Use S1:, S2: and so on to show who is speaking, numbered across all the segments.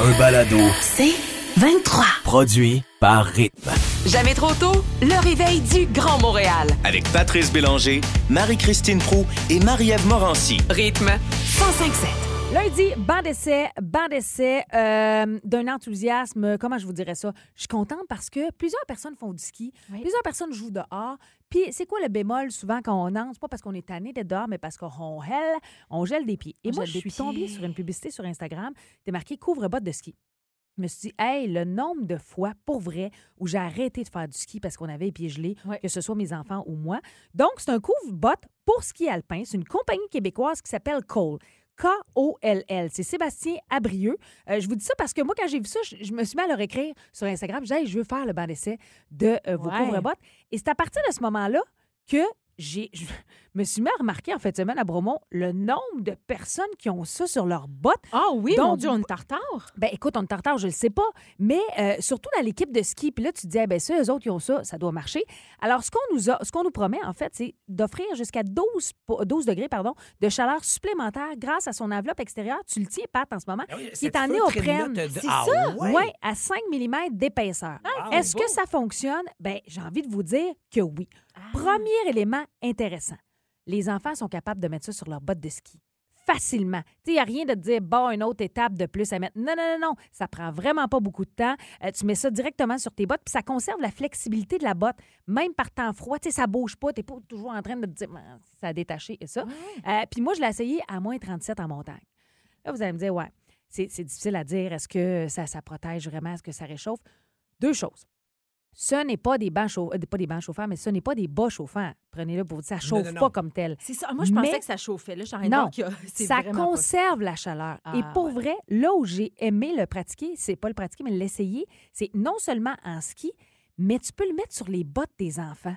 S1: Un balado
S2: C'est 23.
S1: produit par Rythme.
S2: Jamais trop tôt, le réveil du Grand Montréal.
S3: avec Patrice Bélanger, Marie-Christine Prou et Marie-Ève Morancy.
S2: Rythme 105.7.
S4: Lundi, banc d'essai, banc d'essai euh, d'un enthousiasme, comment je vous dirais ça? Je suis contente parce que plusieurs personnes font du ski,
S5: Oui.
S4: plusieurs personnes jouent dehors. Puis c'est quoi le bémol souvent quand on entre? C'est pas parce qu'on est tanné d'être dehors, mais parce qu'on hèle, on gèle des pieds. Et
S5: On
S4: moi, je
S5: gèle des
S4: suis tombée
S5: pieds.
S4: sur une publicité sur Instagram, c'était marqué couvre-bottes de ski. Je me suis dit, hey, le nombre de fois, pour vrai, où j'ai arrêté de faire du ski parce qu'on avait les pieds gelés,
S5: Ouais.
S4: que ce soit mes enfants ou moi. Donc, c'est un couvre-bottes pour ski alpin. C'est une compagnie québécoise qui s'appelle Cole. K-O-L-L. C'est Sébastien Abrieux. Euh, je vous dis ça parce que moi, quand j'ai vu ça, je, je me suis mis à leur écrire sur Instagram. J'ai dit, Hey, je veux faire le banc d'essai de euh, vos
S5: Ouais.
S4: couvre-bottes. Et c'est à partir de ce moment-là que j'ai, je me suis mis à remarquer en fait semaine à Bromont le nombre de personnes qui ont ça sur leurs bottes.
S5: Ah oui,
S4: Donc,
S5: mon Dieu, on est en retard.
S4: Ben écoute, on est en retard, je le sais pas, mais euh, surtout dans l'équipe de ski, puis là tu te dis, ah, ben ça, eux autres, ils ont ça, ça doit marcher. Alors, ce qu'on nous, a- ce qu'on nous promet, en fait, c'est d'offrir jusqu'à 12, po- 12 degrés pardon, de chaleur supplémentaire grâce à son enveloppe extérieure. Tu le tiens, Pat, en ce moment. qui est en néoprène.
S6: C'est ça?
S4: Oui, à 5 mm d'épaisseur.
S5: Ah,
S4: Est-ce
S5: c'est
S4: que
S5: beau.
S4: ça fonctionne? Ben, j'ai envie de vous dire que oui.
S5: Ah.
S4: Premier élément intéressant, les enfants sont capables de mettre ça sur leur botte de ski facilement. Tu sais, il n'y a rien de te dire, bon, une autre étape de plus à mettre. Non, non, non, non, ça prend vraiment pas beaucoup de temps. Euh, tu mets ça directement sur tes bottes, puis ça conserve la flexibilité de la botte, même par temps froid. Tu sais, ça bouge pas, tu n'es pas toujours en train de te dire, Ah, ça a détaché et ça. Euh, puis moi, je l'ai essayé à moins 37 en montagne. Là, vous allez me dire, ouais, c'est c'est difficile à dire. Est-ce que ça, ça protège vraiment? Est-ce que ça réchauffe? Deux choses. Ce n'est pas des bancs chauffants, pas des bancs chauffants, mais ce n'est pas des bas chauffants. Prenez-le pour vous dire, ça
S6: Non,
S4: chauffe
S6: non, non.
S4: pas comme tel.
S5: C'est ça. Moi, je pensais
S4: Mais-
S5: que ça chauffait. Là, j'ai rien
S4: Non,
S5: de dire que c'est
S4: Ça
S5: vraiment pas ça.
S4: conserve la chaleur. Et
S5: Ah,
S4: pour
S5: ouais.
S4: vrai, là où j'ai aimé le pratiquer, c'est pas le pratiquer, mais l'essayer, c'est non seulement en ski, mais tu peux le mettre sur les bottes des enfants.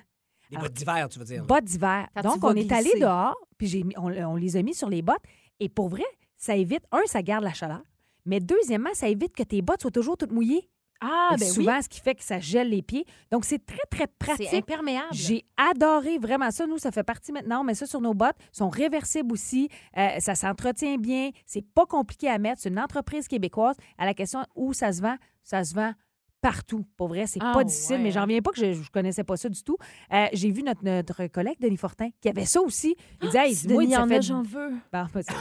S6: Des
S4: Alors,
S6: bottes d'hiver, tu veux dire.
S4: Bottes d'hiver.
S5: Quand tu
S4: Donc,
S5: vas
S4: on est allé
S5: glisser.
S4: dehors, puis j'ai mis- on, on les a mis sur les bottes. Et pour vrai, ça évite, un, ça garde la chaleur. Mais deuxièmement, ça évite que tes bottes soient toujours toutes mouillées.
S5: Ah, ben oui.
S4: souvent, ce qui fait que ça gèle les pieds. Donc, c'est très, très
S5: C'est
S4: pratique.
S5: imperméable.
S4: J'ai adoré vraiment ça. Nous, ça fait partie maintenant. Mais ça sur nos bottes. Ils sont réversibles aussi. Euh, ça s'entretient bien. C'est pas compliqué à mettre. C'est une entreprise québécoise. À la question où ça se vend, ça se vend partout. Pour vrai, c'est
S5: Ah,
S4: pas difficile.
S5: ouais,
S4: Mais
S5: hein.
S4: j'en viens pas que je, je connaissais pas ça du tout. Euh, J'ai vu notre, notre collègue Denis Fortin qui avait ça aussi. Il disait, Hey,
S5: Si
S4: dis-moi,
S5: Ah, Denis
S4: ça
S5: en
S4: fait
S5: a, j'en veux.
S4: Bon, pas ça.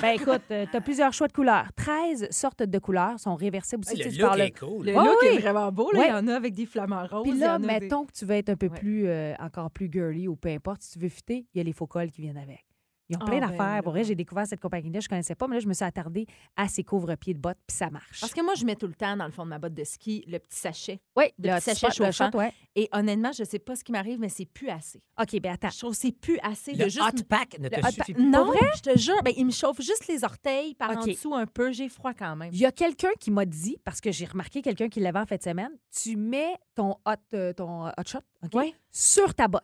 S4: ben écoute, tu as plusieurs choix de couleurs. 13 sortes de couleurs sont réversibles
S6: Hey,
S4: aussi.
S6: le
S4: tu sais, tu
S6: look
S4: parles-
S6: est cool.
S5: Ah, Le
S4: Ouais,
S5: look
S4: oui.
S5: est vraiment beau. Là.
S4: Ouais.
S5: Il y en a avec des flamants roses.
S4: Puis
S5: il y
S4: là,
S5: en a des-
S4: mettons que tu veux être un peu
S5: Ouais.
S4: plus, euh, encore plus girly ou peu importe, si tu veux fitter, il y a les faux cols qui viennent avec. Ils ont
S5: Ah,
S4: plein
S5: ben
S4: d'affaires. Pour vrai,
S5: là.
S4: j'ai découvert cette compagnie-là, je connaissais pas, mais là, je me suis attardée à ces couvre-pieds de bottes, puis ça marche.
S5: Parce que moi, je mets tout le temps dans le fond de ma botte de ski le petit sachet.
S4: oui,
S5: le petit sachet
S4: spot, le
S5: chauffant.
S4: shot, ouais.
S5: Et honnêtement, je sais pas ce qui m'arrive, mais c'est plus assez.
S4: OK, ben attends.
S5: Je trouve que c'est plus assez
S6: Le
S5: de juste.
S6: hot pack ne te
S5: Le hot
S6: suffit
S5: pack-
S6: plus.
S5: Non, je te jure, ben, il me chauffe juste les orteils par en
S4: Ok.
S5: dessous un peu. J'ai froid quand même.
S4: Il y a quelqu'un qui m'a dit, parce que j'ai remarqué quelqu'un qui l'avait en fin de semaine, tu mets ton hot, euh, ton hot shot OK,
S5: Ouais.
S4: sur ta botte.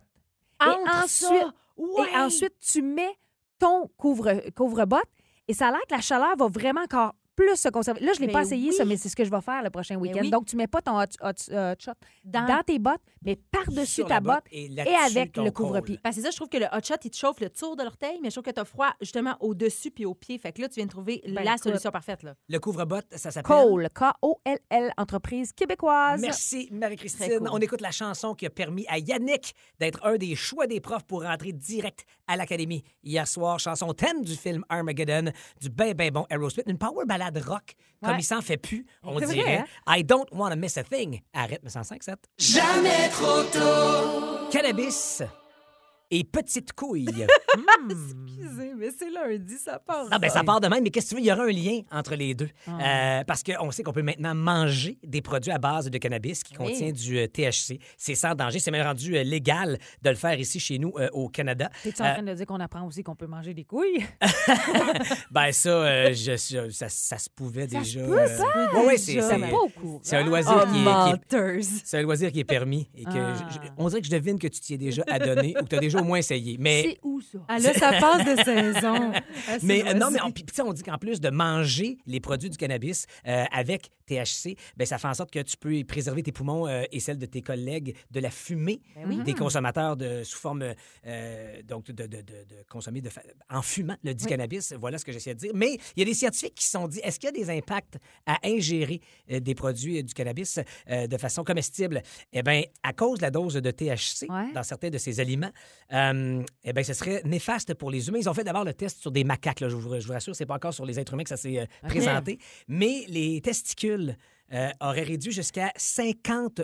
S4: Et
S5: Entre ça,
S4: ensuite-
S5: ouais.
S4: Et ensuite, tu mets ton couvre- couvre-botte et ça a l'air que la chaleur va vraiment encore plus se conserver. Là, je ne l'ai
S5: Mais
S4: pas essayé, ça,
S5: oui.
S4: mais c'est ce que je vais faire le prochain week-end.
S5: oui.
S4: Donc, tu ne mets pas ton hot, hot- hot shot dans,
S5: dans,
S4: tes bottes, mais par-dessus
S6: Sur
S4: ta
S6: la
S4: botte.
S6: et,
S4: et
S6: là-dessus,
S4: avec
S6: ton
S4: le
S6: col.
S4: couvre-pied.
S5: Parce que ça, je trouve que le hot shot, il te chauffe le tour de l'orteil, mais je trouve que tu as froid justement au-dessus puis au pied. Fait que là, tu viens de trouver
S4: Ben,
S5: la
S4: écoute.
S5: solution parfaite. Là.
S6: Le couvre-botte, ça s'appelle.
S4: Cole, K-O-L-L, entreprise québécoise.
S6: Merci,
S5: Très
S6: Marie-Christine.
S5: cool.
S6: On écoute la chanson qui a permis à Yannick d'être un des choix des profs pour rentrer direct à l'académie. Hier soir, chanson thème du film Armageddon, du ben ben bon Aerosmith, une power ballade rock, comme
S4: Ouais.
S6: il s'en fait plus, on
S4: C'est vrai, hein?
S6: dirait. I don't wanna miss a thing. Arrête, 105, 7. Jamais trop tôt. Cannabis et petite couille.
S5: Excusez, mais c'est lundi, ça part.
S6: Non, ben, ça part de même, mais qu'est-ce que tu veux? Il y aura un lien entre les deux. Euh, parce qu'on sait qu'on peut maintenant manger des produits à base de cannabis qui contient du euh, THC. C'est sans danger. C'est même rendu euh, légal de le faire ici chez nous euh, au Canada.
S4: T'es-tu en train de dire qu'on apprend aussi qu'on peut manger des couilles?
S6: Ben, ça, euh, je- je- ça, ça se pouvait déjà. euh, ouais, ouais, c'est-
S4: Je
S6: c'est-
S4: suis pas au courant.
S6: c'est un loisir
S5: Oh,
S6: qui est- qui est
S5: menteuse.
S6: C'est un loisir qui est permis et que
S4: Ah.
S6: je- je- on dirait que je devine que tu t'y es déjà adonné ou que tu as déjà au moins essayer. Mais
S7: C'est où ça?
S5: Ah là, ça passe de saison. Ah, c'est
S6: Mais euh, non,
S5: vrai.
S6: mais on, puis, tu sais, on dit qu'en plus de manger les produits du cannabis euh, avec THC, ben, ça fait en sorte que tu peux préserver tes poumons euh, et celles de tes collègues de la fumée
S5: Ben Mm-hmm.
S6: des consommateurs de, sous forme euh, donc de, de, de- de consommer de fa- en fumant le dit cannabis. Voilà ce que j'essayais de dire. Mais il y a des scientifiques qui se sont dit est-ce qu'il y a des impacts à ingérer euh, des produits euh, du cannabis euh, de façon comestible Eh bien, à cause de la dose de THC
S7: Ouais.
S6: dans certains de ces aliments, euh, eh bien, ce serait néfaste pour les humains. Ils ont fait d'abord le test sur des macaques, là, je, vous, je vous rassure, c'est pas encore sur les êtres humains que ça s'est euh, présenté. Mais les testicules euh, auraient réduit jusqu'à 50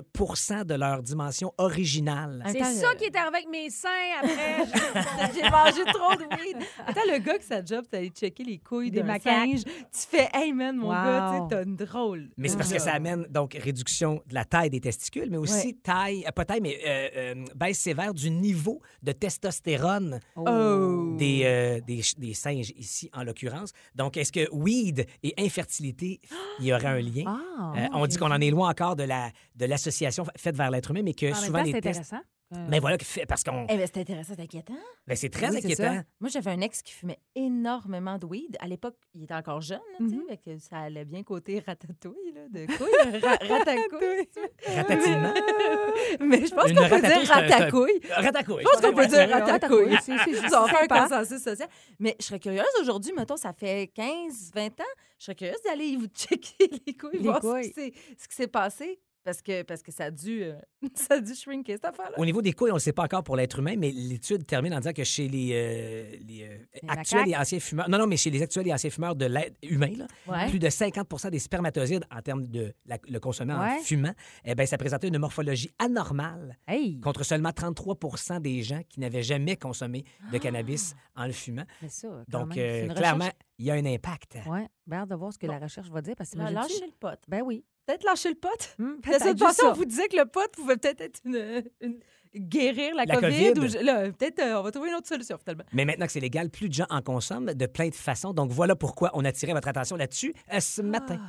S6: de leur dimension originale.
S4: C'est
S5: Attends,
S4: ça
S5: euh,
S4: qui est arrivé avec mes seins après.
S5: J'ai mangé trop de weed. Attends, le gars que sa job, t'as allé checker les couilles
S4: Des
S5: des
S4: macaques.
S5: macaques. Tu fais, hey man, mon
S7: Wow.
S5: gars, tu sais, t'as une drôle.
S6: Mais c'est parce que ça amène donc réduction de la taille des testicules, mais aussi taille, euh, pas taille, mais euh, euh, baisse sévère du niveau de testostérone
S5: Oh.
S6: des, euh, des, ch- des singes ici en l'occurrence. Donc est-ce que weed et infertilité, il y aurait un lien?
S5: Ah,
S6: Euh, on dit qu'on en est loin encore de la de l'association fa- faite vers l'être humain, mais
S5: Ah,
S6: que
S4: En même
S6: souvent
S4: temps,
S6: les
S4: c'est
S6: tests.
S4: intéressant.
S6: Mais voilà, que fait- parce qu'on.
S5: Eh bien, c'est intéressant, c'est inquiétant.
S6: ben, c'est très
S5: Oui, c'est
S6: inquiétant.
S5: ça. Moi, j'avais un ex qui fumait énormément de weed. À l'époque, il était encore jeune, là, tu sais,
S7: Mm-hmm.
S5: fait que ça allait bien côté ratatouille, là, de couille, ra- ratatouille.
S6: Ratatinement.
S5: Mais je pense
S6: Une
S5: qu'on peut
S6: ratatouille,
S5: dire
S6: c'est un- c'est un-
S5: ratacouille.
S6: Ratatouille.
S5: Je pense qu'on peut dire ratatouille.
S7: C'est- c'est juste
S5: Ils ont fait un
S7: sympa.
S5: consensus social. Mais je serais curieuse aujourd'hui, mettons, ça fait 15, 20 ans, je serais curieuse d'aller vous checker les couilles,
S7: Les
S5: voir ce
S7: couilles.
S5: qui s'est- ce qui s'est passé. Parce que, parce que ça a dû, euh, ça a dû shrinker, cette affaire-là.
S6: Au niveau des couilles, on ne le sait pas encore pour l'être humain, mais l'étude termine en disant que chez les, euh, les, euh, actuels et anciens fumeurs, non, non, mais chez les actuels et anciens fumeurs de l'être humain, là,
S5: Ouais.
S6: plus de 50 des spermatozoïdes, en termes de la- le consommant en
S7: Ouais.
S6: fumant, eh ben, ça présentait une morphologie anormale
S4: Hey,
S6: contre seulement 33 des gens qui n'avaient jamais consommé de cannabis en le fumant.
S4: mais ça, Ah! quand
S6: Donc,
S4: même, c'est
S6: euh,
S4: une
S6: clairement, il y a un impact.
S4: recherche- Ouais, bien hâte de voir ce que la recherche va dire parce que
S5: Là,
S4: imagines-tu-
S5: Lâchez le pote.
S4: Ben oui.
S5: Peut-être lâcher le pote.
S4: Hum,
S5: De
S4: peut-être
S5: cette
S4: juste
S5: façon,
S4: ça.
S5: on vous disait que le pote pouvait peut-être être une, une- guérir la,
S6: La
S5: COVID.
S6: COVID.
S5: ou je- là, peut-être euh, on va trouver une autre solution, finalement.
S6: Mais maintenant que c'est légal, plus de gens en consomment de plein de façons. Donc, voilà pourquoi on attirait votre attention là-dessus euh,
S4: Ah!
S6: ce matin.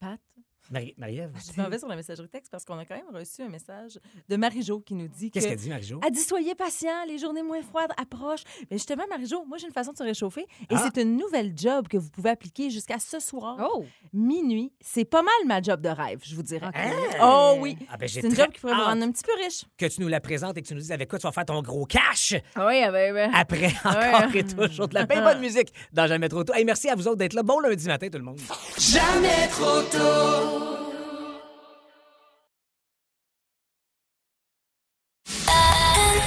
S5: Pat,
S6: Marie- Marie-Ève,
S4: Ah,
S5: je m'en vais sur la messagerie texte parce qu'on a quand même reçu un message de Marie-Jo qui nous dit
S6: qu'est-ce
S5: que...
S6: qu'elle dit, Marie-Jo?
S5: Elle dit soyez patient, les journées moins froides approchent. Mais justement, Marie-Jo, moi j'ai une façon de se réchauffer et
S6: Ah.
S5: c'est une nouvelle job que vous pouvez appliquer jusqu'à ce soir,
S4: Oh!
S5: minuit. C'est pas mal ma job de rêve, je vous dirais.
S6: Hein?
S5: Oh oui,
S6: Ah, ben, j'ai
S5: c'est une
S6: très
S5: job qui pourrait vous
S6: hâte
S5: rendre un petit peu riche.
S6: que tu nous la présentes et que tu nous dises avec quoi tu vas faire ton gros cash
S7: Oui, ben, ben.
S6: après encore et toujours de la bien bonne musique dans Jamais trop tôt. Hey, merci à vous autres d'être là. Bon lundi matin tout le monde.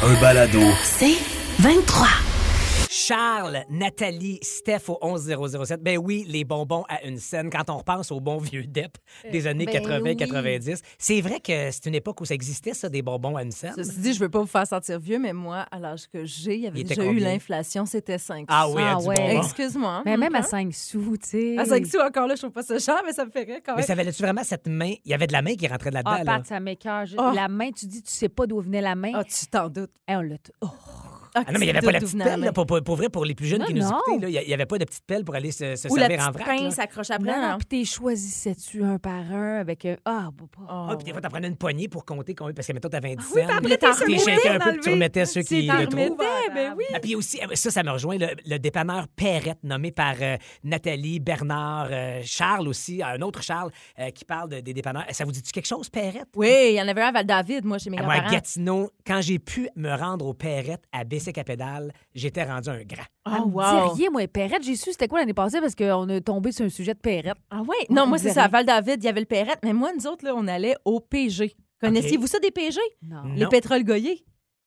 S1: Un balado.
S2: C'est 23.
S6: Charles, Nathalie, Steph au 11007. Ben oui, les bonbons à une scène. Quand on repense au bon vieux Depp des années
S7: ben
S6: 80-90, c'est vrai que c'est une époque où ça existait ça des bonbons à une scène.
S5: Ceci dit, je veux pas vous faire sentir vieux, mais moi, à l'âge que j'ai, il y avait
S6: Il était
S5: déjà eu
S6: combien?
S5: l'inflation, c'était 5
S6: Ah oui, à
S4: Ah
S6: du
S4: ouais.
S6: bonbon.
S5: Excuse-moi. hein.
S4: Mais même à 5 Ah, sous, tu sais.
S5: À 5 sous, encore là, je trouve pas ça cher, mais ça me fait rire quand
S6: Mais
S5: même.
S6: ça valait-tu vraiment cette main? Il y avait de la main qui rentrait là-dedans.
S4: Ah,
S6: Ben là.
S4: Pat, ça m'écœure. juste.
S5: Oh.
S4: La main, tu dis, tu sais pas d'où venait la main.
S5: Ah, tu t'en doutes.
S4: Hey, on l'a tout.
S6: Ah non, mais il n'y avait pas la petite pelle, là, pour, pour- pour vrai, pour les plus jeunes
S4: Non,
S6: qui nous
S4: non.
S6: écoutaient. là, Il n'y avait pas de petite pelle pour aller se, se
S5: Ou la
S6: servir en
S5: petite
S6: vrac. là.
S5: pince accroche après.
S4: Non, non,
S5: là.
S4: puis t'es choisissais-tu un par un avec. euh, Ah, bah, bah.
S5: Oh,
S6: Ah, puis des fois, t'en prenais une poignée pour compter combien, parce que mettons, t'avais
S5: Ah
S6: 20 cents.
S5: après, t'es
S6: Puis
S5: sur le
S6: t'échappais un
S5: bouton
S6: peu, puis tu
S5: d'enlever.
S6: remettais ceux qui
S5: t'en
S6: le trouvent.
S5: remettais, ben oui.
S6: Ah, puis aussi, euh, ça, ça me rejoint, le, le dépanneur Perrette, nommé par euh, Nathalie, Bernard, euh, Charles aussi, un autre Charles euh, qui parle de- des dépanneurs. Ça vous dit-tu quelque chose, Perrette?
S5: Oui, il y en avait un à Val-David, moi, chez mes
S6: Ah, Moi, à
S5: grands-parents.
S6: Gatineau, quand j'ai pu me rendre au Perrette à Bessic à pédale, j'étais rendu un grand.
S5: Ah,
S4: Dis rien, moi, Perrette, j'ai su c'était quoi l'année passée parce qu'on est tombé sur un sujet de Perrette.
S5: Ah ouais? Non,
S4: On
S5: moi,
S4: disait
S5: c'est ça, à
S4: rien.
S5: Val-David, il y avait le Perrette, mais moi, nous autres, là, on allait au PG. Connaissiez-vous ça des PG?
S4: Non.
S5: Les
S6: Non.
S5: pétroles goyés?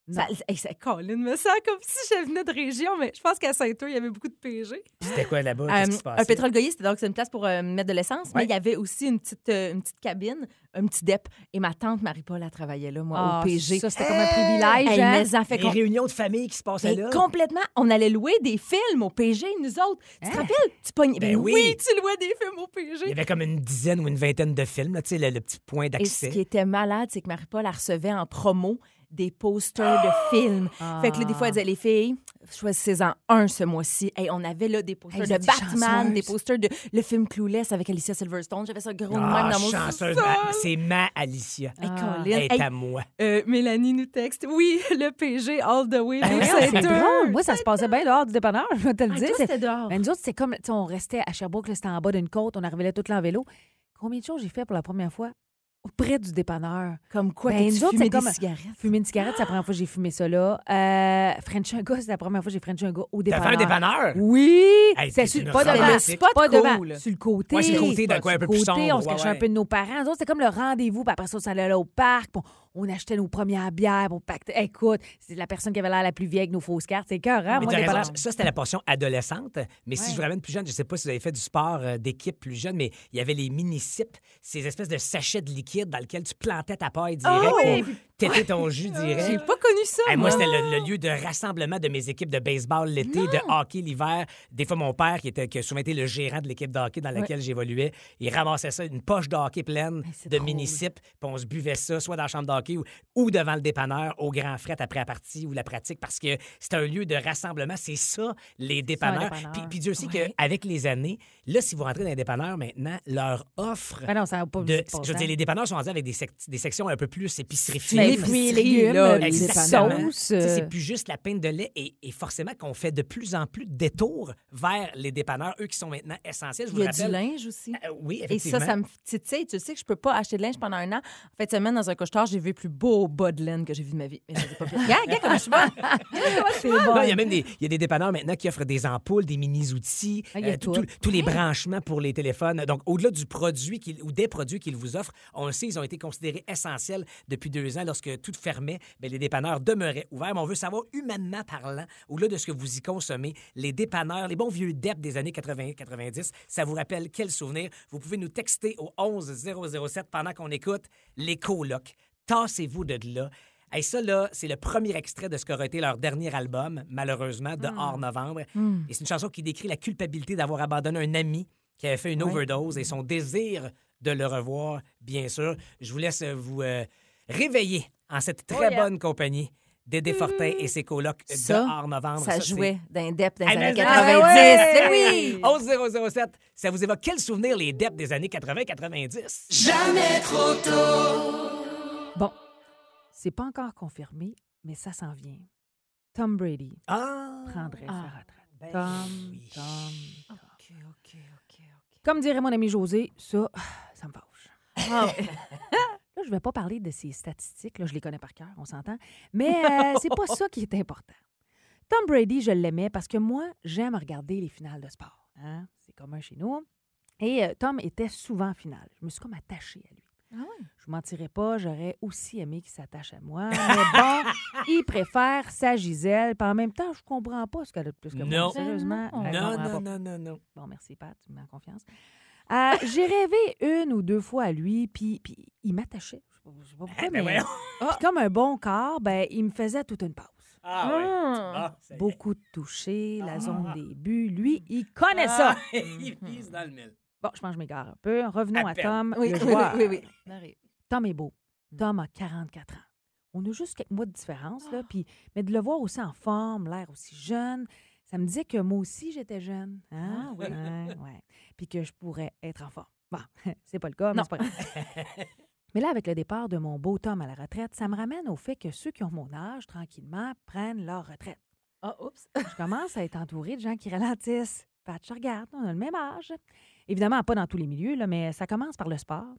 S4: Non.
S5: Ça, hey, ça colline, me sent comme si je venais de région, mais je pense qu'à Saint-Eux, il y avait beaucoup de PG.
S6: C'était quoi là-bas?
S5: Euh,
S6: Qu'est-ce qui se
S5: un
S6: passait?
S5: pétrole goyer, c'était donc c'est une place pour euh, mettre de l'essence, mais
S6: Ouais.
S5: il y avait aussi une petite, euh, une petite cabine, un petit DEP. Et ma tante Marie-Paul, elle travaillait là, moi,
S4: Ah,
S5: au PG.
S4: Ça, c'était comme un privilège.
S5: Hey,
S4: hein?
S5: mais ça fait
S6: Des
S5: qu'on-
S6: réunions de famille qui se passaient
S5: mais
S6: là.
S5: complètement, on allait louer des films au PG, nous autres. Tu te rappelles? Tu pognes... Ben
S6: Ben oui.
S5: oui. tu louais des films au
S6: Il y
S5: PG.
S6: avait comme une dizaine ou une vingtaine de films, là, tu sais, le, le petit point
S5: Et ce
S6: d'accès.
S5: qui était malade, c'est que Marie-Paul, elle recevait en promo des posters de films. Fait que là, des fois, elle disait, les filles, choisissez-en un ce mois-ci. Hey, on avait là des posters
S4: vous
S5: de
S4: êtes
S5: Batman,
S4: chanceuse.
S5: des posters de le film Clueless avec Alicia Silverstone. J'avais ça gros de
S6: Ah,
S5: même dans mon
S6: chanceuse,
S5: sous-sol.
S6: ma- c'est ma Alicia.
S5: Hey, Colin,
S6: Elle est
S5: hey,
S6: à moi.
S5: euh, Mélanie nous texte. Oui, le PG all the way. les
S4: Ben Voyons, Ah, C'est
S5: ceintures.
S4: drôle. Moi, ça se passait bien dehors du dépanneur, je vais te le
S5: Ah,
S4: dire.
S5: toi,
S4: C'est-
S5: c'était dehors.
S4: Ben, nous autres, c'est comme, tu sais, on restait à Sherbrooke, là, c'était en bas d'une côte, on arrivait là tout en vélo. Combien de choses j'ai fait pour la première fois auprès du dépanneur?
S5: Comme quoi,
S4: Ben,
S5: tu
S4: nous autres,
S5: fumais
S4: c'est
S5: des
S4: comme-
S5: cigarettes.
S4: Fumer une cigarette, c'est la première fois que j'ai fumé ça là. Euh, French un gars, c'est la première fois que j'ai French un gars au
S6: T'as
S4: dépanneur.
S6: fait un dépanneur?
S4: Oui!
S6: Hey,
S4: c'est
S6: t'es
S4: sur-
S6: une
S4: pas
S6: romantique.
S4: devant,
S5: Le spot
S4: pas
S5: cool.
S4: devant, sur le côté.
S6: Ouais, sur le côté, d'un coin un peu plus
S4: Sur le côté,
S6: sombre,
S4: On se
S6: ouais,
S4: cachait
S6: ouais.
S4: un peu de nos parents. Nous autres, C'était comme le rendez-vous. Puis après ça, on s'allait là au parc. puis on, on achetait nos premières bières. puis On pactait. Écoute, c'est la personne qui avait l'air la plus vieille avec nos fausses cartes. C'est cœur, hein?
S6: Mais
S4: Moi,
S6: t'as
S4: des
S6: raison,
S4: parents-
S6: ça, c'était la portion adolescente. Mais si
S4: Ouais.
S6: je vous ramène plus jeune, je ne sais pas si vous avez fait du sport euh, d'équipe plus jeune, mais il y avait les mini-sips, ces espèces de sachets de liquide dans lesquels tu plantais ta paille direct pour têter ton jus direct.
S5: Ah J'ai pas connu ça.
S6: Hey, Ah, moi, c'était le, le lieu de rassemblement de mes équipes de baseball l'été, de hockey l'hiver. Des fois, mon père, qui, était, qui a souvent été le gérant de l'équipe de hockey dans laquelle j'évoluais, il ramassait ça, une poche de hockey pleine
S4: Ben, c'est
S6: de
S4: drôle.
S6: mini-sips, puis on se buvait ça, soit dans la chambre d'hockey ou, ou devant le dépanneur, au grand fret après la partie ou la pratique, parce que c'est un lieu de rassemblement. C'est ça, les dépanneurs.
S4: dépanneur.
S6: Puis, puis Dieu sait qu'avec les années, là, si vous rentrez dans les dépanneurs maintenant, leur offre.
S4: Ben non, ça n'a pas
S6: de,
S4: de bon
S6: je veux
S4: sens.
S6: dire, les dépanneurs sont rendus avec des, sec- des sections un peu plus épicerie
S4: Ben,
S6: fine.
S4: les fruits et
S5: épiceries,
S4: légumes,
S5: là,
S4: les
S5: les
S6: Exactement.
S4: sauces.
S6: Tu sais,
S4: euh,
S6: C'est plus juste la peine de lait et, et forcément qu'on fait de plus en plus de détours vers les dépanneurs, eux qui sont maintenant essentiels. Je vous
S5: Il y a
S6: rappelle.
S5: du linge aussi.
S6: Euh, oui,
S5: Et
S6: effectivement.
S5: ça, ça me titille. Tu sais que je peux pas acheter de linge pendant un an. En fait, semaine, dans un cochetard, j'ai vu le plus beau bas de laine que j'ai vu de ma vie. Mais je l'ai pas fait. Regarde, regarde comme je suis bonne.
S4: c'est
S6: Non,
S4: bon.
S6: il y a même des, il y a des dépanneurs maintenant qui offrent des ampoules, des mini-outils,
S4: Ah, il y a
S6: tout-
S4: tout.
S6: tout- tous les branchements pour les téléphones. Donc, au-delà du produit qu'ils- ou des produits qu'ils vous offrent, on le sait, ils ont été considérés essentiels depuis deux ans. Lorsque tout fermait, bien, les dépanneurs demeuraient ouverts. Mais on veut savoir, humainement parlant, au-delà de ce que vous y consommez, les dépanneurs, les bons vieux DEP des années 80-90, ça vous rappelle quel souvenir? Vous pouvez nous texter au 11007 pendant qu'on écoute les colocs. Tassez-vous de là. Et ça, là, c'est le premier extrait de ce qu'aurait été leur dernier album, malheureusement, de Hors Novembre. Et c'est une chanson qui décrit la culpabilité d'avoir abandonné un ami qui avait fait une overdose et son désir de le revoir, bien sûr. Je vous laisse euh, vous euh, réveiller en cette très bonne compagnie d'Édé Fortin et ses colocs de Hors Novembre.
S5: ça,
S6: Ah, c'est-
S5: jouait d'un dep dans les
S6: Ah, mais-
S5: années
S6: Ah,
S5: 90.
S6: ouais!
S5: Oui!
S6: 11007, ça vous évoque quel souvenir les dettes des années 80-90?
S4: Bon, c'est pas encore confirmé, mais ça s'en vient. Tom Brady
S6: Ah!
S4: prendrait sa retraite.
S6: ben
S4: Tom,
S6: oui.
S4: Tom, Tom.
S5: OK, OK, OK, OK.
S4: Comme dirait mon ami José, ça, ça me fâche.
S5: Ah,
S4: Là, je ne vais pas parler de ces statistiques, là, je les connais par cœur, on s'entend, mais euh, c'est pas ça qui est important. Tom Brady, je l'aimais parce que moi, j'aime regarder les finales de sport. hein. C'est commun chez nous. Et euh, Tom était souvent en finale. Je me suis comme attachée à lui.
S5: Ah ouais?
S4: Je vous mentirais pas, j'aurais aussi aimé qu'il s'attache à moi. Mais bon, il préfère sa Gisèle. Puis en même temps, je comprends pas ce qu'elle a de plus que moi.
S6: Non.
S4: Sérieusement,
S5: Ben
S4: je
S6: Non,
S4: comprends pas.
S6: non, non, non, non.
S4: Bon, merci, Pat, tu me mets en confiance. Euh, J'ai rêvé une ou deux fois à lui, puis, puis il m'attachait. Je sais pas- je sais pas pourquoi, Ah, mais
S6: Ben voyons.
S4: puis comme un bon corps, ben, il me faisait toute une pause.
S6: Ah ouais. Ah, ça y est.
S4: Beaucoup de toucher, la zone des buts. Lui, il connaît ça. Mhm.
S6: Ah, il vise dans le mille.
S4: Bon, je pense que je m'égare un peu. Revenons
S6: À
S4: à,
S6: peine.
S4: Tom,
S5: Oui,
S4: le
S5: oui,
S4: joueur.
S5: oui, oui. On arrive.
S4: Tom est beau.
S5: Mm.
S4: Tom a 44 ans. On a juste quelques mois de différence,
S5: Ah.
S4: là, puis, mais de le voir aussi en forme, l'air aussi jeune, ça me disait que moi aussi j'étais jeune. hein?
S5: Ah oui.
S4: Ouais, ouais. Puis que je pourrais être en forme. Bon, c'est pas le cas, mais
S5: Non.
S4: c'est pas grave. Mais là, avec le départ de mon beau Tom à la retraite, ça me ramène au fait que ceux qui ont mon âge, tranquillement, prennent leur retraite.
S5: Ah, oups.
S4: Je commence à être entourée de gens qui ralentissent. Pat, je regarde, on a le même âge. Évidemment, pas dans tous les milieux, là, mais ça commence par le sport.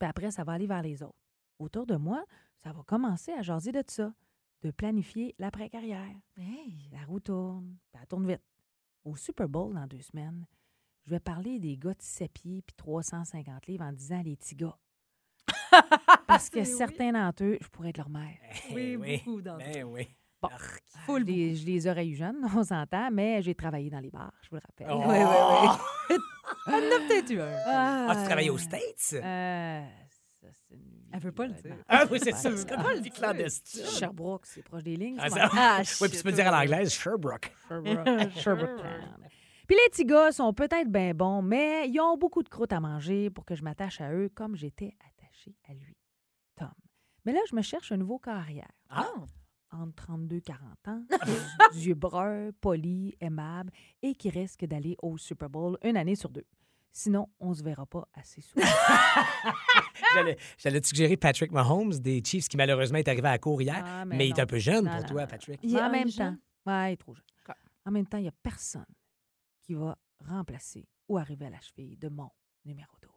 S4: Puis après, ça va aller vers les autres. Autour de moi, ça va commencer à jaser de ça, de planifier l'après-carrière.
S5: Hey.
S4: La roue tourne, puis elle tourne vite. Au Super Bowl dans deux semaines, je vais parler des gars de 7 pieds puis 350 livres en disant les petits gars. Parce que
S5: Oui.
S4: certains d'entre eux, je pourrais être leur mère.
S5: Oui,
S6: Eh
S5: beaucoup d'entre
S6: Ben oui.
S4: Bon.
S6: Arc.
S4: je, les, je les aurais eu jeunes, on s'entend, mais j'ai travaillé dans les bars, je vous le rappelle.
S6: Oh.
S5: Oui, oui, oui. On en a peut-être eu un.
S6: Ah, tu travailles aux States?
S4: Euh, ça, c'est une vie,
S5: Elle veut pas le
S4: vraiment.
S5: dire.
S6: Ah oui, c'est ça.
S4: Ouais.
S6: C'est comme une vie clandestine.
S4: Sherbrooke, c'est proche des lignes.
S6: Ah,
S4: ça,
S6: ça-
S4: ouais.
S5: Ah,
S6: Oui, puis tu peux le dire à l'anglaise, Sherbrooke.
S4: Sherbrooke. Sherbrooke Town. Puis les petits gars sont peut-être bien bons, mais ils ont beaucoup de croûtes à manger pour que je m'attache à eux comme j'étais attachée à lui, Tom. Mais là, je me cherche un nouveau carrière.
S6: Ah!
S4: Entre 32 et 40 ans, des yeux bruns, poli, aimable et qui risque d'aller au Super Bowl une année sur deux. Sinon, on se verra pas assez souvent.
S6: J'allais- J'allais te suggérer Patrick Mahomes des Chiefs qui malheureusement est arrivé à la cour hier,
S4: Ah,
S6: mais,
S4: mais
S6: il est
S4: non.
S6: un peu jeune
S4: Non,
S6: pour
S4: non,
S6: toi,
S4: non.
S6: Patrick.
S5: Il est
S4: en
S5: un
S4: même
S5: jeune.
S4: temps, ouais, il est trop jeune.
S5: Ok.
S4: En même temps, il n'y a personne qui va remplacer ou arriver à la cheville de mon numéro 12,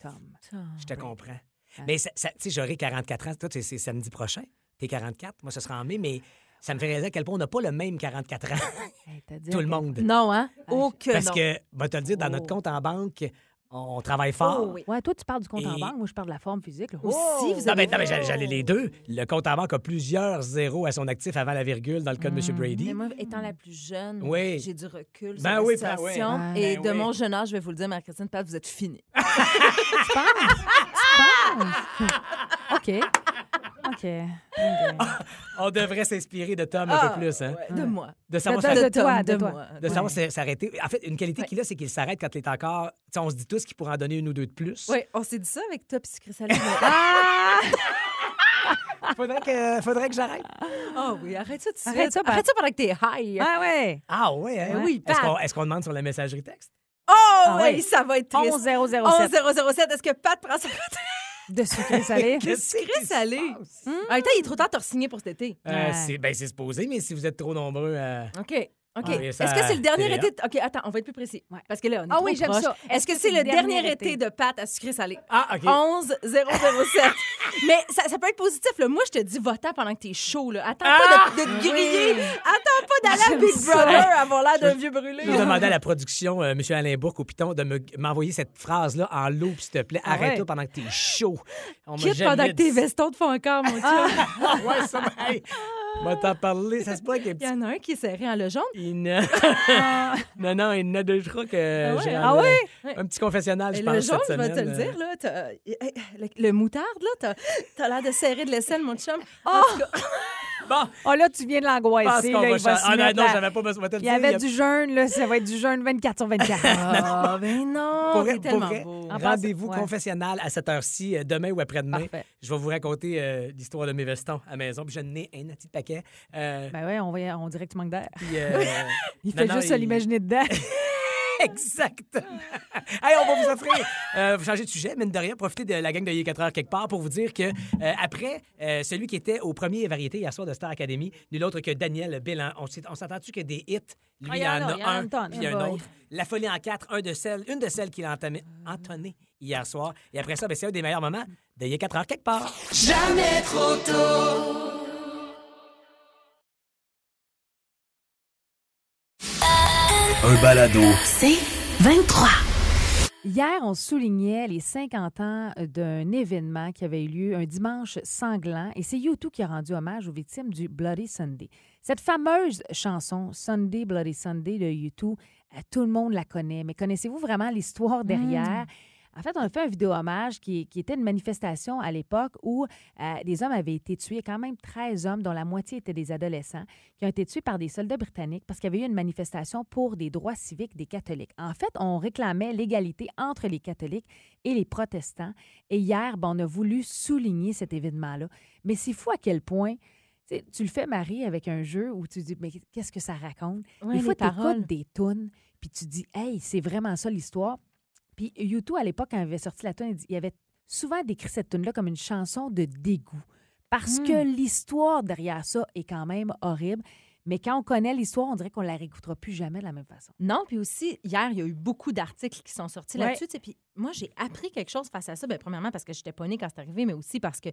S4: Tom.
S6: Je te
S4: Oui.
S6: comprends.
S4: Ah.
S6: Mais ça- ça- tu sais, j'aurai 44 ans. Toi, tu sais, c'est samedi prochain. T'es 44. Moi, ce sera en mai, mais ça me fait réaliser à quel point on n'a pas le même 44 ans,
S4: Hey, t'as dit à
S6: tout le
S4: quel-
S6: monde.
S5: Non, hein?
S4: je-
S5: Oh que
S6: Parce
S5: non.
S6: que, va te le dire, dans notre
S4: Oh.
S6: compte en banque, on travaille fort.
S5: Oh, oui.
S4: Ouais, toi, tu parles du compte en
S6: Et-
S4: banque, moi, je parle de la forme physique. là.
S5: Aussi,
S4: Oh!
S5: vous
S6: Non,
S5: avez-
S6: mais, non, mais j'allais- j'allais les deux. Le compte en banque a plusieurs zéros à son actif avant la virgule dans le cas de M. Brady.
S5: Mais moi, étant la plus jeune,
S6: Oui.
S5: j'ai du recul
S6: Ben
S5: sur
S6: oui,
S5: la
S6: ben oui.
S5: situation.
S4: Ah.
S5: Et
S6: Ben
S5: de
S6: oui.
S5: mon jeune âge, je vais vous le dire, Marie-Christine, Pat, vous êtes finie.
S4: Tu penses?
S6: Ah!
S4: Tu penses? OK. OK. OK.
S6: Ah! On devrait s'inspirer de Tom un peu plus. Hein?
S5: Ah, Ouais, de moi.
S6: De savoir
S4: Tom,
S6: s'arrêter-
S4: de toi,
S5: Tom,
S4: de toi.
S5: moi.
S6: de savoir s- s'arrêter. En fait, une qualité qu'il a, c'est qu'il s'arrête quand il est encore. tu sais, on se dit tous qu'il pourrait en donner une ou deux de plus.
S5: Oui, on s'est dit ça avec toi, puis Cristal. Ah
S6: Ah, Faudrait que, faudrait que j'arrête.
S5: oh, oui, arrête ça tout de suite.
S4: Arrête ça, Pat.
S5: arrête ça pendant que t'es high.
S4: Ah ouais.
S6: Ah oui, hein?
S4: Ouais.
S6: oui.
S5: Pat.
S6: Est-ce qu'on est-ce qu'on demande sur la messagerie texte?
S5: Oh,
S4: Ah
S5: oui,
S4: oui.
S5: ça va être triste.
S4: 11 007
S5: 11 007, est-ce que Pat prend sa retraite?
S4: de sucré salé.
S6: Qu'est-ce qui se
S5: salé.
S6: passe?
S5: En même temps, il est trop tard de signer pour cet été.
S6: Euh,
S4: Ouais.
S6: c'est- ben, c'est supposé, mais si vous êtes trop nombreux, euh,
S5: OK. OK.
S6: Ah, mais ça-
S5: Est-ce que c'est le dernier
S6: TVA.
S5: été? de- OK, attends, on va être plus précis.
S4: Ouais.
S5: Parce que là, on est
S4: Ah oui,
S5: trop
S4: j'aime
S5: proche.
S4: ça.
S5: Est-ce que c'est le dernier été de pâte à sucré salé?
S6: Ah, OK.
S5: 11 007. Mais ça, ça peut être positif. Là. Moi, je te dis, votant pendant que t'es chaud. Là. Attends
S6: Ah!
S5: pas de, de te griller. Attends pas d'aller à
S4: J'aime
S5: Big
S4: ça.
S5: Brother avoir l'air d'un vieux brûlé.
S6: Je vais demander à la production, euh, M. Alain Bourque, au Python, de me- m'envoyer cette phrase-là en loop, s'il te plaît.
S4: Ah ouais.
S6: Arrête-toi pendant que t'es chaud. On m'a
S5: Quitte
S6: jamais
S5: pendant que
S6: dit
S5: tes
S6: ça.
S5: vestons te font encore, mon chum.
S6: ouais, ça, ben, hey, on va t'en parler. Ça se peut qu'il y ait un
S5: Il
S6: petit...
S5: y en a un qui est serré en lejeune.
S6: Il n'a-
S4: Ah.
S6: non, non, il n'a deux, je crois que
S5: Ah ouais?
S6: j'ai
S5: Ah
S6: un-
S5: ouais?
S6: un petit confessionnal, je
S5: Et
S6: pense,
S5: le jaune,
S6: cette
S5: je vais
S6: semaine.
S5: te le
S6: euh.
S5: dire, là, t'as- eh, eh, le, le moutarde, là, t'as- t'as l'air de serrer de l'aisselle, mon chum.
S6: Bon,
S4: Oh là, tu viens de
S6: je pense
S4: l'angoisser.
S6: qu'on
S4: là,
S6: va
S4: Il va
S6: changer.
S4: se
S6: Ah non,
S4: mettre
S6: non,
S4: la-
S6: j'avais pas besoin de te le
S4: Il y
S6: dire.
S4: avait du jeûne, là. Ça va être du jeûne 24 sur 24.
S5: Ah, mais non,
S6: Pour
S5: c'est
S6: vrai, pour
S5: tellement
S6: vrai,
S5: beau. Ah,
S4: En
S6: rendez-vous
S4: passant, ouais.
S6: confessionnal à cette heure-ci, euh, demain ou après-demain.
S4: Parfait.
S6: Je vais vous raconter euh, l'histoire de mes vestons à maison. Puis je n'ai un petit paquet. Euh,
S4: Ben ouais, on, va- on dirait que tu manques d'air.
S6: puis, euh,
S4: Il
S6: non,
S4: fait
S6: non,
S4: juste se
S6: il-
S4: l'imaginer dedans.
S6: Exactement. hey, on va vous offrir. euh, vous changez de sujet, mine de rien. Profitez de la gang de Yé 4 heures quelque part pour vous dire que, euh, après, euh, celui qui était au premier variété hier soir de Star Academy, nul autre que Daniel Bélan. On, s'est- on s'entend-tu que des hits, lui,
S4: Ah, il
S6: il
S4: y
S6: y
S4: en
S6: en
S4: a, il y en a
S6: a un,
S4: une tonne.
S6: puis il y
S4: Oh
S6: en a un
S4: boy.
S6: autre. La folie en quatre, un de celles, une de celles qu'il a entamé- entonnée hier soir. Et après ça, ben, c'est un des meilleurs moments de Yé 4 heures quelque part.
S1: Un balado.
S2: C'est 23.
S4: Hier, on soulignait les 50 ans euh, d'un événement qui avait eu lieu un dimanche sanglant et c'est U2 qui a rendu hommage aux victimes du Bloody Sunday. Cette fameuse chanson Sunday, Bloody Sunday de U2, euh, tout le monde la connaît, mais connaissez-vous vraiment l'histoire derrière? En fait, on a fait un vidéo hommage qui, qui était une manifestation à l'époque où euh, des hommes avaient été tués, quand même 13 hommes, dont la moitié étaient des adolescents, qui ont été tués par des soldats britanniques parce qu'il y avait eu une manifestation pour des droits civiques des catholiques. En fait, on réclamait l'égalité entre les catholiques et les protestants. Et hier, ben, on a voulu souligner cet événement-là. Mais c'est fou à quel point. tu sais, tu le fais, Marie, avec un jeu où tu dis, mais qu'est-ce que ça raconte?
S5: Ouais,
S4: des fois, tu
S5: les paroles.
S4: écoutes des tunes, puis tu dis, hey, c'est vraiment ça l'histoire. Puis YouTube, à l'époque, quand il avait sorti la tune, il dit- il avait souvent décrit cette tune-là comme une chanson de dégoût. Parce que l'histoire derrière ça est quand même horrible. Mais quand on connaît l'histoire, on dirait qu'on la réécoutera plus jamais de la même façon.
S5: Non, puis aussi, hier, il y a eu beaucoup d'articles qui sont sortis
S4: Ouais.
S5: là-dessus. tu sais, Puis moi, j'ai appris quelque chose face à ça. Ben, premièrement, parce que je n'étais pas née quand c'est arrivé, mais aussi parce que,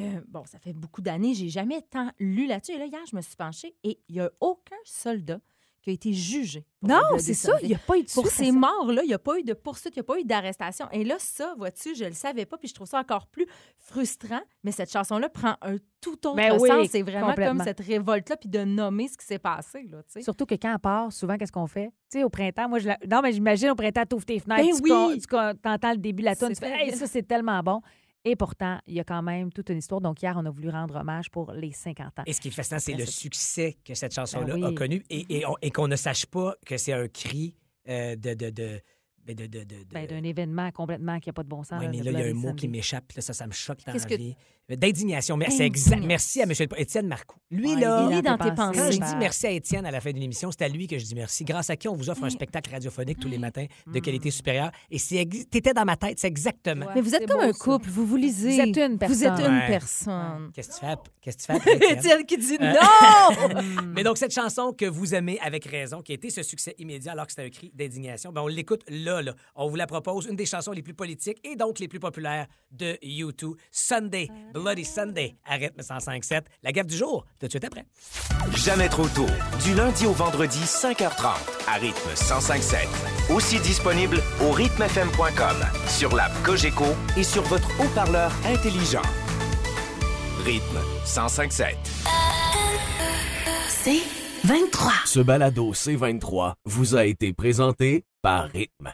S5: euh, bon, ça fait beaucoup d'années, j'ai jamais tant lu là-dessus. Et là, hier, je me suis penchée et il n'y a aucun soldat qui a été jugé. pour le
S4: Non,
S5: Bloody
S4: c'est ça.
S5: Sunday.
S4: Il n'y a pas eu de
S5: Pour
S4: suite à
S5: ces
S4: ça.
S5: morts-là, il n'y a pas eu de poursuite, il n'y a pas eu d'arrestation. Et là, ça, vois-tu, je le savais pas, puis je trouve ça encore plus frustrant. Mais cette chanson-là prend un tout autre
S4: Ben oui,
S5: sens. C'est vraiment comme
S4: complètement.
S5: cette révolte-là, puis de nommer ce qui s'est passé. Là, tu sais.
S4: Surtout que quand elle part, souvent, qu'est-ce qu'on fait? Tu sais, au printemps, moi, je la... Non, mais j'imagine au printemps, t'ouvres tes fenêtres,
S5: Ben
S4: tu,
S5: oui!
S4: con- tu con- t'entends le début de la tune, tu
S5: C'est
S4: fais,
S5: terrible.
S4: hey, ça, c'est tellement bon. Et pourtant, il y a quand même toute une histoire. Donc, hier, on a voulu rendre hommage pour les 50 ans.
S6: Et ce qui est fascinant, c'est le
S4: Ben, c'est-
S6: succès que cette chanson-là
S4: Ben oui.
S6: a connu et, et on- et qu'on ne sache pas que c'est un cri euh, de, de, de- ben, de, de- de- de-
S4: Ben, d'un événement complètement qui n'a pas de bon sens.
S6: Ouais,
S4: là,
S6: mais
S4: de
S6: là, il y a
S4: Bloody
S6: un mot
S4: Sunday.
S6: qui m'échappe. là, Ça, ça me choque dans
S5: Qu'est-ce
S6: la
S5: que-
S6: vie. Euh, D'indignation. Merci, exact.
S5: Indignation.
S6: Merci à M. Étienne Marcoux. Lui,
S4: Ouais,
S6: là,
S5: il est dans tes
S6: quand
S5: pensées.
S6: je dis merci à Étienne à la fin d'une émission, c'est à lui que je dis merci. Grâce à qui on vous offre un spectacle radiophonique tous les matins de qualité supérieure. Et c'est ex- t'étais dans ma tête, c'est exactement.
S4: Ouais.
S5: Mais vous
S4: C'est
S5: êtes comme
S4: beau,
S5: un
S4: ça.
S5: couple, vous vous lisez.
S4: Vous êtes une
S5: Vous êtes
S4: personne.
S5: une
S6: Ouais.
S5: personne.
S6: Qu'est-ce que tu fais? ap- Qu'est-ce que tu fais après, Étienne?
S5: Étienne qui dit non!
S6: Mais donc, cette chanson que vous aimez avec raison, qui a été ce succès immédiat alors que c'était un cri d'indignation, ben on l'écoute là, là. On vous la propose, une des chansons les plus politiques et donc les plus populaires de U2. Sunday, Bloody Sunday, arrête 1057. La gaffe du jour, tout de suite après.
S3: Jamais trop tôt. Du lundi au vendredi, 5h30, à rythme 1057. Aussi disponible au rythmefm.com, sur l'app Cogeco et sur votre haut-parleur intelligent. Rythme 1057.
S2: C'est 23.
S1: Ce balado C23 vous a été présenté par Rythme.